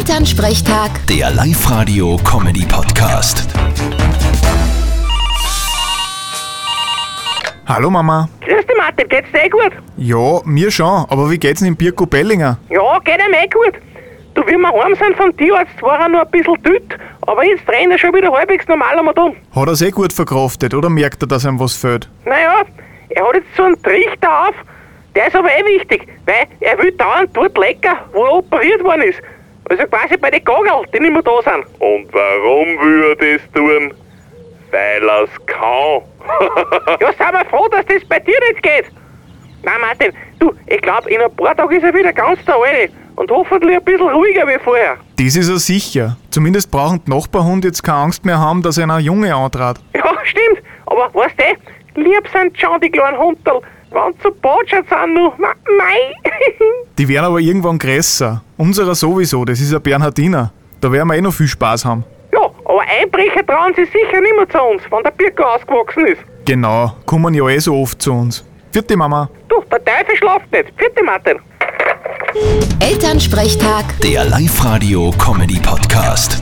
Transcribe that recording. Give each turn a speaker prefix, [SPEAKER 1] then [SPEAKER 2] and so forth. [SPEAKER 1] Elternsprechtag,
[SPEAKER 2] Der Live-Radio-Comedy-Podcast.
[SPEAKER 3] Hallo Mama.
[SPEAKER 4] Grüß dich, Martin, geht's dir eh gut?
[SPEAKER 3] Ja, mir schon, aber wie geht's denn im Birko Bellinger?
[SPEAKER 4] Ja, geht ihm eh gut. Du, wie wir heim sind vom Tierarzt, war er noch ein bisschen tüt, aber jetzt rennt er schon wieder halbwegs normal einmal um.
[SPEAKER 3] Hat er's eh gut verkraftet oder merkt er, dass ihm was fehlt?
[SPEAKER 4] Naja, er hat jetzt so einen Trichter auf, der ist aber eh wichtig, weil er will dauernd dort lecker, wo er operiert worden ist. Also quasi bei den Gagel, die nicht mehr da sind.
[SPEAKER 5] Und warum würde es tun? Weil er's kann.
[SPEAKER 4] Ja, sind wir froh, dass das bei dir nicht geht. Nein, Martin, du, ich glaube, in ein paar Tagen ist er wieder ganz der Alte und hoffentlich ein bisschen ruhiger wie vorher.
[SPEAKER 3] Das ist er sicher. Zumindest brauchen die Nachbarhund jetzt keine Angst mehr haben, dass einer Junge antrat.
[SPEAKER 4] Ja, stimmt. Aber weißt du, lieb sind schon die kleinen Hunterl. Wenn sie Botschaften sind, nur. Ma- Mei!
[SPEAKER 3] Die werden aber irgendwann größer. Unserer sowieso, das ist ein Bernhardiner. Da werden wir eh noch viel Spaß haben.
[SPEAKER 4] ja, aber Einbrecher trauen sie sicher nicht mehr zu uns, wenn der Birko ausgewachsen ist.
[SPEAKER 3] Genau, kommen ja eh so oft zu uns. Vierte Mama.
[SPEAKER 4] Du, der Teufel schlaft nicht. Vierte Martin.
[SPEAKER 1] Elternsprechtag.
[SPEAKER 2] Der Live-Radio-Comedy-Podcast.